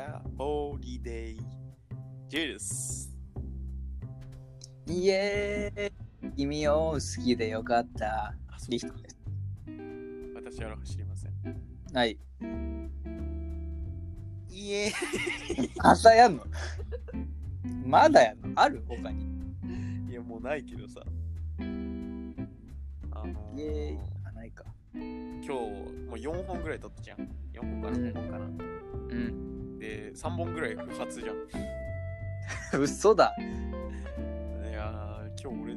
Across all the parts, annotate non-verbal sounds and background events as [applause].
はホリデイジュース。イエーイ君を好きでよかった。あ、そリヒトです。私は走りません。はい。いえ。朝やんのまだやんのある他に。いや、もうないけどさ。あのーイエーイ。あ、ないか。今日、もう4本ぐらい撮ったじゃん。4本かな、うん5本かな。うん。で、3本ぐらい不発じゃん。嘘だ。いやー、今日俺、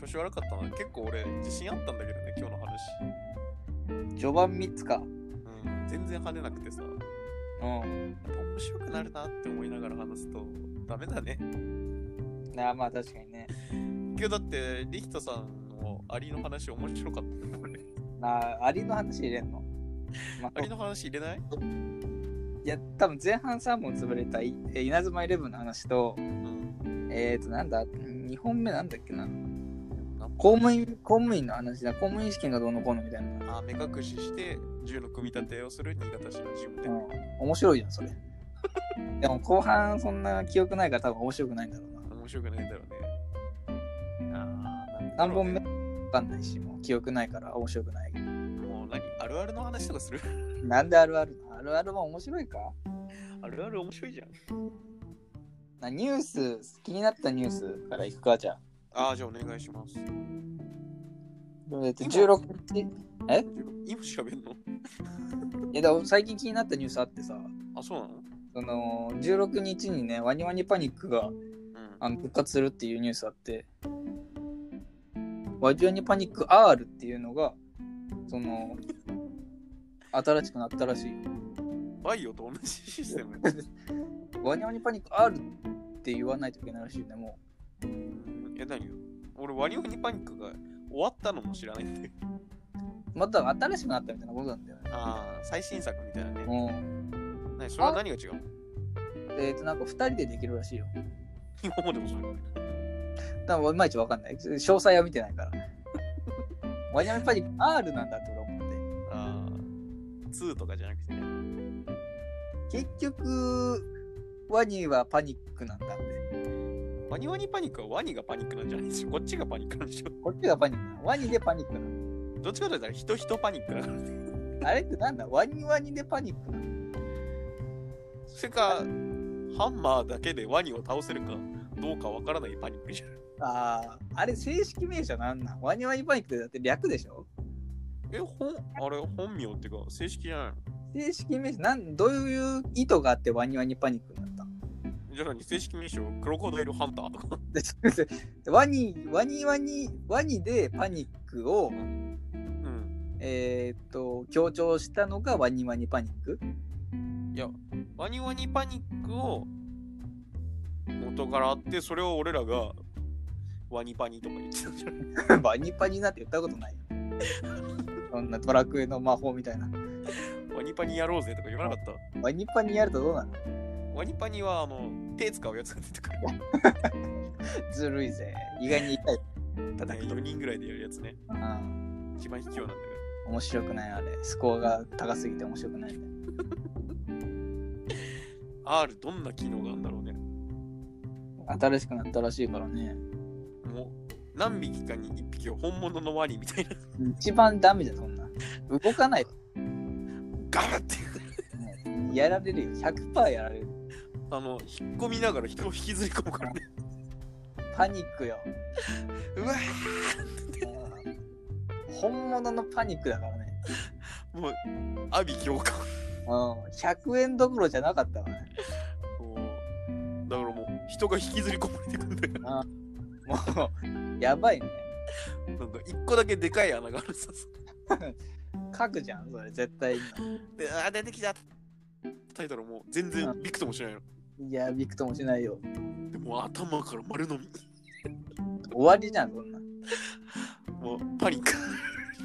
調子悪かったな。結構俺、自信あったんだけどね、今日の話。序盤3つか。うん、全然跳ねなくてさ。うん。やっぱ面白くなるなって思いながら話すとダメだね。なあ、まあ確かにね。今日だってリヒトさんのアリの話面白かったんだね。なあ、アリの話入れんの、まあアリの話入れないいや、多分前半3本潰れたいえ稲妻イレブンの話と、うん。えーと、なんだ、2本目なんだっけなな。んか公務員、公務員の話だ。公務員試験がどうのこうのみたいな。あ目隠しして銃の組み立てをする新潟市のジムでう。ん。面白いじゃん、それ。でも後半そんな記憶ないから多分面白くないんだろうな。面白くないんだろうね。あーなん何だろう本ね目わかんないし、もう記憶ないから面白くない。もう何あるあるの話とかするなんであるあるあるあるも面白いか [laughs] あるある面白いじゃん。なニュース、気になったニュースからいくか、じゃあ。ああ、じゃあお願いします。えっと、今16日。今喋んのえ、だから最近気になったニュースあってさ、あ、そうなのその、16日にね、ワニワニパニックがうん。あの復活するっていうニュースあって、ワニワニパニック R っていうのが、その、新しくなったらしい。バイオと同じシステ [laughs] ム。ワニワニパニック R って言わないといけないらしいね、もう。うんえ、何よ俺、ワニワニパニックが終わったのも知らないんだよ。また新しくなったみたいなことなんだよね。ああ、最新作みたいなね。うん。何それは何が違うのえっ、と、なんか2人でできるらしいよ。今までもそれ。多分いまいちわかんない。詳細は見てないから。 [laughs] ワニャミパニック R なんだって俺思っああ、2とかじゃなくてね。て。結局、ワニはパニックなんだって。ワニワニパニックはワニがパニックなんじゃないでしょ。こっちがパニックなんでしょ。こっちがパニックなのワニでパニックなのどっちかというと人人パニックだから。あれってなんだワニワニでパニックなのそれか、ハンマーだけでワニを倒せるかどうかわからないパニックじゃん。ああ、あれ正式名称なんなんワニワニパニックってだって略でしょえ、本、あれ、本名っていうか、正式じゃない正式名称なん、どういう意図があってワニワニパニックになったののじゃあ何正式名称、クロコダイルハンターとか。でちょっと待ってワニ、ワニワニ、ワニでパニックを、うん。えーっと、強調したのがワニワニパニック [laughs] いや、ワニワニパニックを元からあって、それを俺らがワニパニとか言ってたじゃん。ワニパニなんて言ったことないよ。 [laughs] そんなドラクエの魔法みたいな。ワニパニやろうぜとか言わなかったワニパニやるとどうなのワニパニはあの手使うやつが出てくる。ずるいぜ。意外に痛い。ね叩くと4人ぐらいでやるやつね。うん一番卑怯なんだ面白くないあれ。スコアが高すぎて面白くないんだよ。けど。R どんな機能があるんだろうね。新しくなったらしいからね。もう何匹かに1匹は本物のワニみたいな。一番ダメだよ、そんな。動かないと。ガラって。やられるよ。100%やられる。あの、引っ込みながら人を引きずり込むからね。パニックよ。うわうん本物のパニックだからね。もう、阿ビ強化。うん。100円どころじゃなかったわね。もうだからもう人が引きずり込まれてくんだよ。もう、やばいね。なんか1個だけでかい穴があるさ。書くじゃん、それ、絶対に。で、あー、出てきた。叩いたらもう全然びくともしないの。いや、びくともしないよ。でも頭から丸飲み。終わりじゃん、そんな。もうパニック。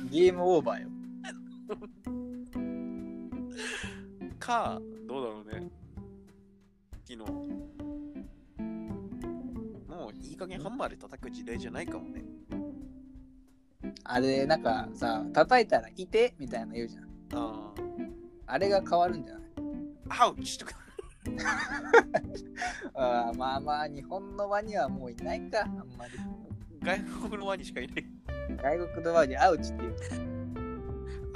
ゲームオーバーよ。かどうだろうね昨日もういい加減ハンマーで叩く時代じゃないかもねあれ、なんかさ、叩いたら、いてみたいなの言うじゃん。ああれが変わるんじゃないあアウチとかあーまあまあ、日本のワニはもういないか、あんまり。外国のワニしかいない。外国のワニ、アウチっていう。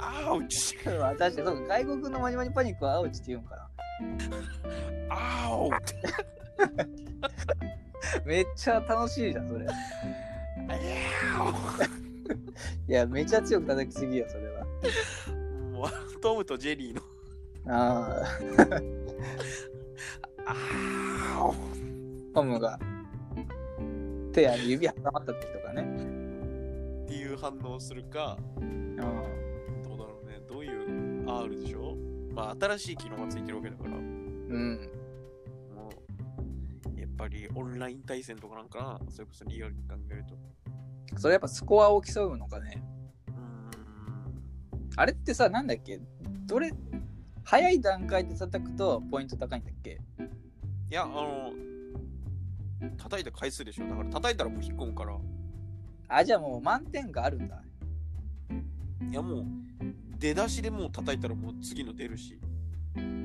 [laughs] アウチ確かにそうか、外国のワニワニパニックはアウチって言うんかな。アウチめっちゃ楽しいじゃん、それ。いや、めちゃ強く叩きすぎよ、それは。もうトムとジェリーのああ、アウトムが手や指挟まった時とかね。っていう反応をするか、うんどうだろうね、どういう R でしょまあ新しい機能がついてるわけだから、うん。もうやっぱりオンライン対戦とかなんかな、それこそリアルに考えると。それやっぱスコアを競うのかね。うーんあれってさ、なんだっけどれ、早い段階で叩くとポイント高いんだっいけや、あの、叩いた回数でしょだから叩いたらもう引っ込むから。あ、じゃあもう満点があるんだ。いやもう出だしでもう叩いたらもう次の出るし、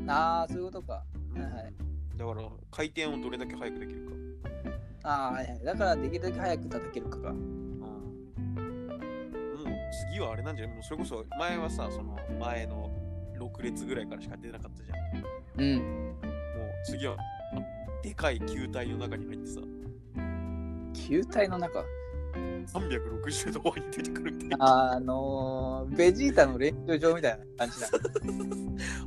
ああ、そういうことか。はいはいだから回転をどれだけ早くできるか、ああ、はいはい。だからできるだけ早く叩けるかか。もう次はあれなんじゃないもうそれこそ前はさその前の6列ぐらいからしか出なかったじゃんうん。もう次はでかい球体の中に入ってさ球体の中。 360度 [laughs] 前に出てくるみたいなあのー、ベジータの練習場みたいな感じだ。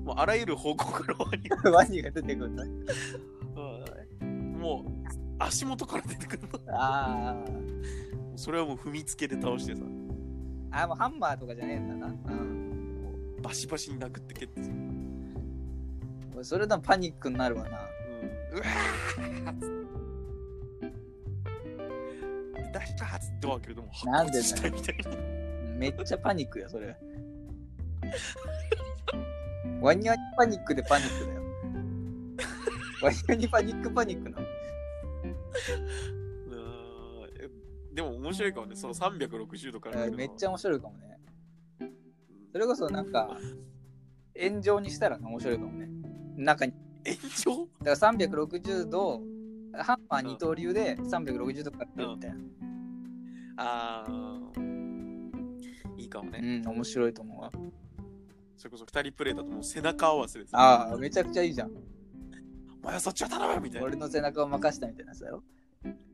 もうあらゆる方向からワニがワニが出てくるんだ。もう足元から出てくるのああ。それはもう踏みつけで倒してさあ、もうハンマーとかじゃねえんだな。うん。バシバシに殴って蹴ってさ俺それでもパニックになるわな。うんうわーっつってで出したーっつってドア開けるともうなん白でだ骨よ死体みたいなめっちゃパニックや、それ。ワニワニパニックでパニックだよ。ワニワニパニックパニックなの。うーんえでも面白いかもねその360度からうんめっちゃゃ面白いかもね。それこそなんか、炎上にしたら面白いかもね。中に。炎上だから360度、ハンマー二刀流で360度からやるみたいな。あーいいかもね、うん、面白いと思うわ。それこそ2人プレイだともう背中合わせですああ、めちゃくちゃいいじゃん。お前はそっちを頼むみたいな俺の背中を任したみたいなやつだろ。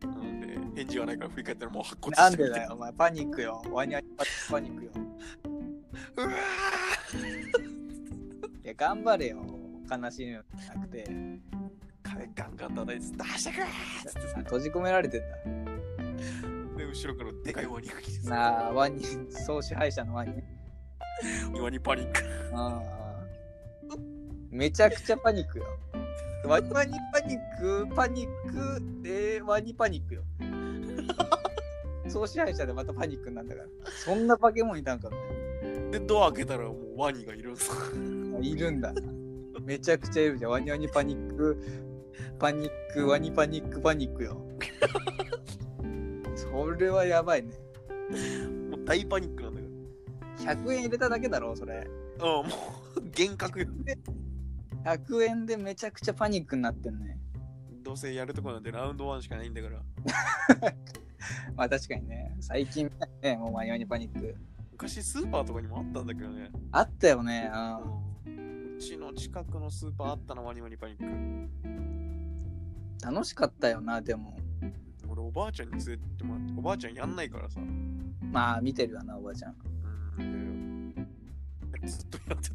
うんで返事がないから振り返ったらもう白骨な死ん体でみただいよ、お前。パニックよ。ワニワニパニックよ。うわいや、頑張れよ。悲しいのじゃなくて、ー壁ガンガン叩いて出してくれーっつってさ閉じ込められてんで後ろからでかいワニが来てだ。さなあ、ワニ、総支配者のワニ。ワニパニックああ。めちゃくちゃパニックよ。ワニワニパニック、パニック、で、ワニパニックよ。総支配者でまたパニックになんだから。そんな化け物いたんかみたいでドア開けたらもうワニがいるんですな。いるんだな。めちゃくちゃいるじゃん。ワニワニパニック、パニック、ワニパニック、パニックよ。それはやばいね。もう大パニックなんだか100円入れただけだろそられうんもう幻覚よ100円でめちゃくちゃパニックになってんねどうせやるとこなんてラウンド1しかないんだからまあ確かにね最近ねもうマニュアにパニック昔スーパーとかにもあったんだけどねあったよねあうちの近くのスーパーあったなワニワニパニックー楽しかったよなでも俺おばあちゃんに連れてってもらっておばあちゃんやんないからさまあ見てるよなおばあちゃんうんでずっとやってた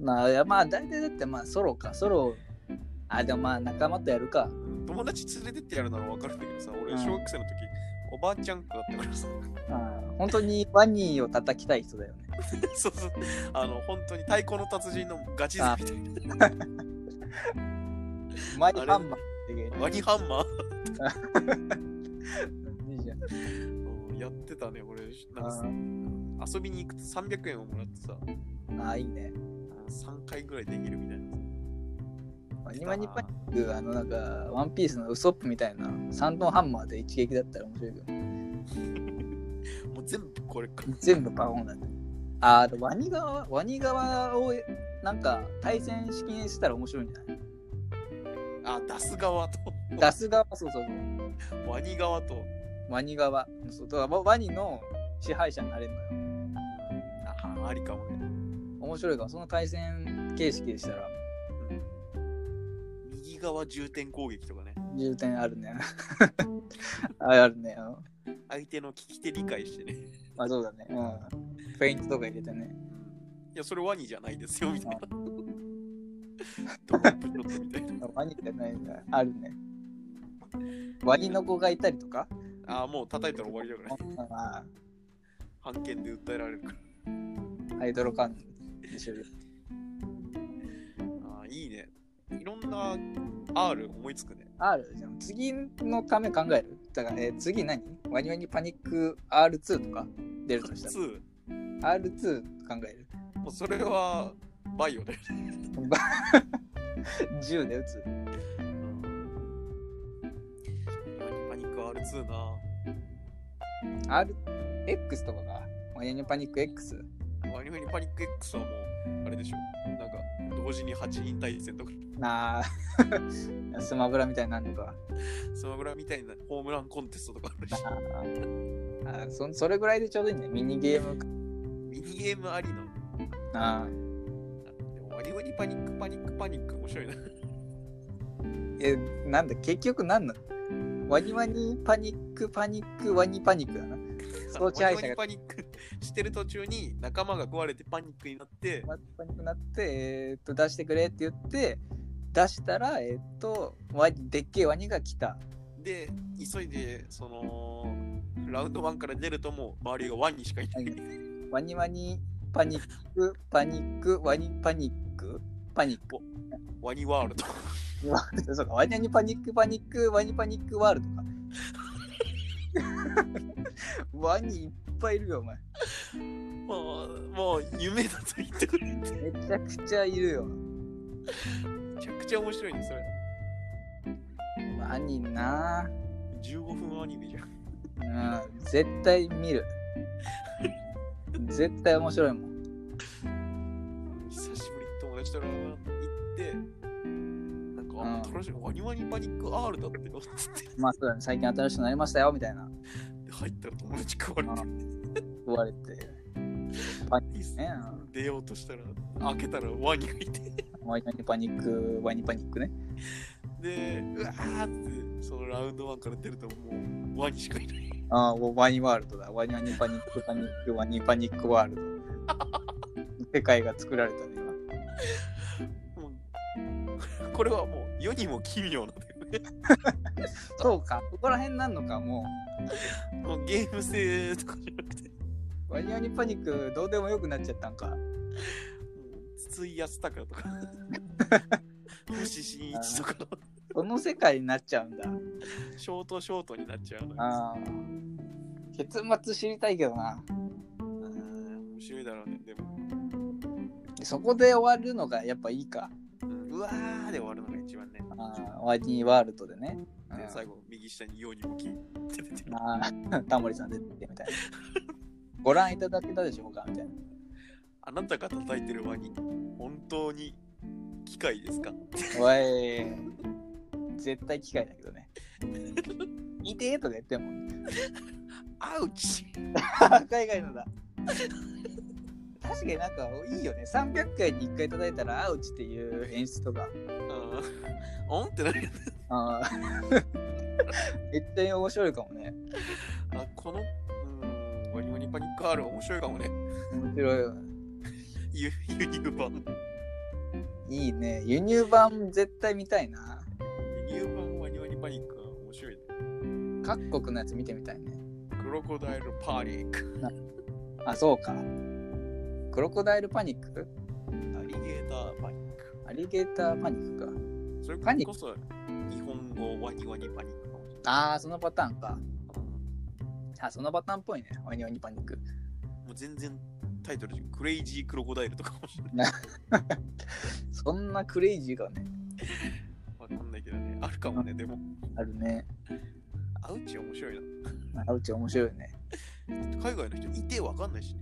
まあいやまあ大体だってまあソロかソロあでもまあ仲間とやるか友達連れてってやるなら分かるんだけどさ俺うん小学生の時、おばあちゃん子だったからさ [laughs] あー本当にワニを叩きたい人だよねそうそうあの本当に太鼓の達人のガチ勢みたいなマイハンマーって芸ワニハンマー人いいじゃんうん [laughs] やってたね俺なんかあさ遊びに行くと300円をもらってさーあーいいね3回ぐらいできるみたいなマニマニパニックあのなんかワンピースのウソップみたいな3トンハンマーで一撃だったら面白いけどもう全部これか全部パコンだった。あーあとワニ側、ワニ側をなんか対戦式にしたら面白いんじゃない出す側と出す側そうそうそうワニ側とワニ側そうだからワワニの支配者になれるのよあありかもね面白いからその対戦形式でしたら右側重点攻撃とかね重点あるね [laughs] ああるねうん相手の聞き手理解してねまあそうだねうんフェイントとか入れてねいやそれワニじゃないですよみたいなドロップショットみたいなワニじゃないんだあるねワニの子がいたりとかああもう叩いたら終わりだからねあ判決で訴えられるからハイドロカンでしょああいいねいろんな R 思いつくね R じゃん次のため考えるだから、えー次何ワニワニパニック R2 とか出るとした2ら R2 考えるもうそれはバイオだよね銃で撃つパニック R2 な RX とかがワニワニパニック X アニメにパニック X はもう、あれでしょ。なんか、同時に8人対戦とか、 [laughs] なあスマブラみたいになるのかスマブラみたいなホームランコンテストとかあるし、あそそれぐらいでちょうどいいねミニゲームミニゲームありの。あでも、アニメにパニック、パニック、パニック、面白いな。えなんだ結局なんなのワニワニパニックパニックワニパニックだなそう支配者がパニックしてる途中に仲間が壊れてパニックになって、ワニパニックになってえーっと出してくれって言って出したらえーっとワニでっけえワニが来たで、急いで、その、ラウンド1から出るともう、周りがワニしかいない。ワニワニパニックパニックワニパニックパニックワニワールド。そうかワニワニパニックパニックワニパニックワール [laughs] ドかワニいっぱいいるよお前もう、もう、夢だと言ってくれて。めちゃくちゃいるよめちゃくちゃ面白いね、それ。ワニなあ15分アニメじゃん。うん絶対見る絶対面白いもん久しぶりに友達とラウンド行って、なんか、うん楽しい、ワニワニパニック R だってのっつって、まあそうだね最近新しくなりましたよみたいな入ったら友達食われて、言われてパニックね出ようとしたら、開けたらワニがいて、ワニワニパニックワニパニックねで、うわーって、そのラウンド1から出ると、もう、ワニしかいない。ああワニワールドだワニワニパニックパニックワニパニックワールド世界が作られたね今もう [laughs] これはもう、世にも奇妙なんだよね。そうかここら辺なんのかももうゲーム性とかじゃなくて、もうワニワニパニックどうでもよくなっちゃったんかう、筒井康隆とか、星新一とかの、その世界になっちゃうんだショートショートになっちゃうのよああ結末知りたいけどなうん面白いだろうね。でも、そこで終わるのがやっぱいいか。うんうわーで終わるのが一番ね。あーワニワールドでね。でうん最後、右下に「ようにもき」って出てる。あータモリさん出てきてみたいな。ご覧いただけたでしょうかみたいな。あなたが叩いてるワニ、本当に機械ですかおい。絶対機械だけどね。いてーとか言っても。アウチ海外のだ。確かになんかいいよね。300回に1回叩いたらアウチっていう演出と [laughs] か。うんオンってなるよねあー [laughs] めっちゃ面白いかもね。あ、この、うん、ワニワニパニック R 面白いかもね。面白いよ。ユユニ版。いいね。輸入版絶対見たいな。ユニ版ワニワニパニックは面白いね。各国のやつ見てみたいね。クロコダイルパニック。あ、そうか。クロコダイルパニックアリゲーターパニック。アリゲーターパニックか。そパれニッこそ、日本語ワニワニパニックかもしれああ、そのパターンか。ない。あ、そのパターンっぽいね。ワニワニパニック。もう全然タイトルじゃんクレイジークロコダイルとかもしれない。そんなクレイジーがね、わかんないけどね。あるかもね、でも。あるね。アウチ面白いな。あうち面白いね。海外の人いてわかんないしね。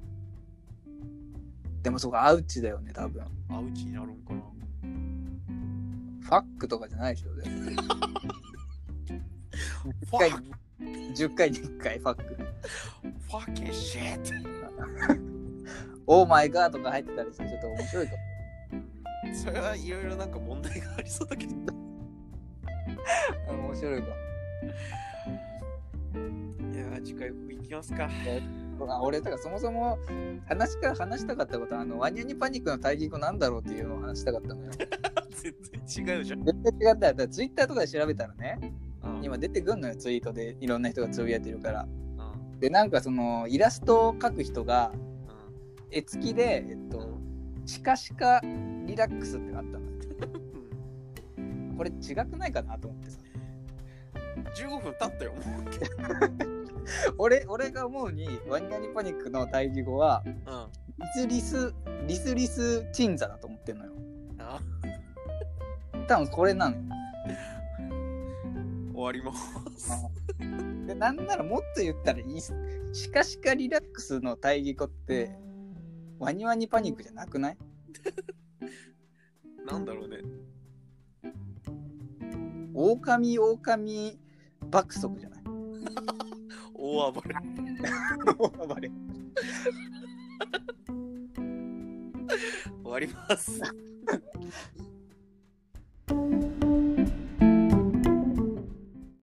でもそうか、アウチだよね、多分。アウチになるんかな。ファックとかじゃないでしょ。でも10回に10回に1回ファック。ファケシェッオーマイガーとか入ってたりしてちょっと面白いかも。トそれはいろいろなんか問題がありそうだけど。面白いかいやー、次回行きますか。も。あ俺、だからそもそも話から話したかったことは、あの、ワニャニパニックの対義語なんだろうっていうのを話したかったのよ。 [laughs] 全然違うじゃん。絶対違った。だからツイッターとかで調べたらね、うん今出てくんのよ、ツイートでいろんな人がつぶやいてるから。うんで、なんかその、イラストを描く人が、絵付きで、えっうと、んシカシカリラックスってのあったのよ。うんこれ違くないかなと思ってさ。 [laughs] 15分経ったよ。も俺、俺が思うに、ワニャニパニックの対義語は、うリスリス、リスリス鎮座だと思ってんのよ。うん。あ多分これなのよ。終わります。でなんならもっと言ったらいいっすシカシカリラックスの対義語ってワニワニパニックじゃなくないなんだろうね。狼狼爆速じゃない [laughs] 大暴れ。暴れ終わります。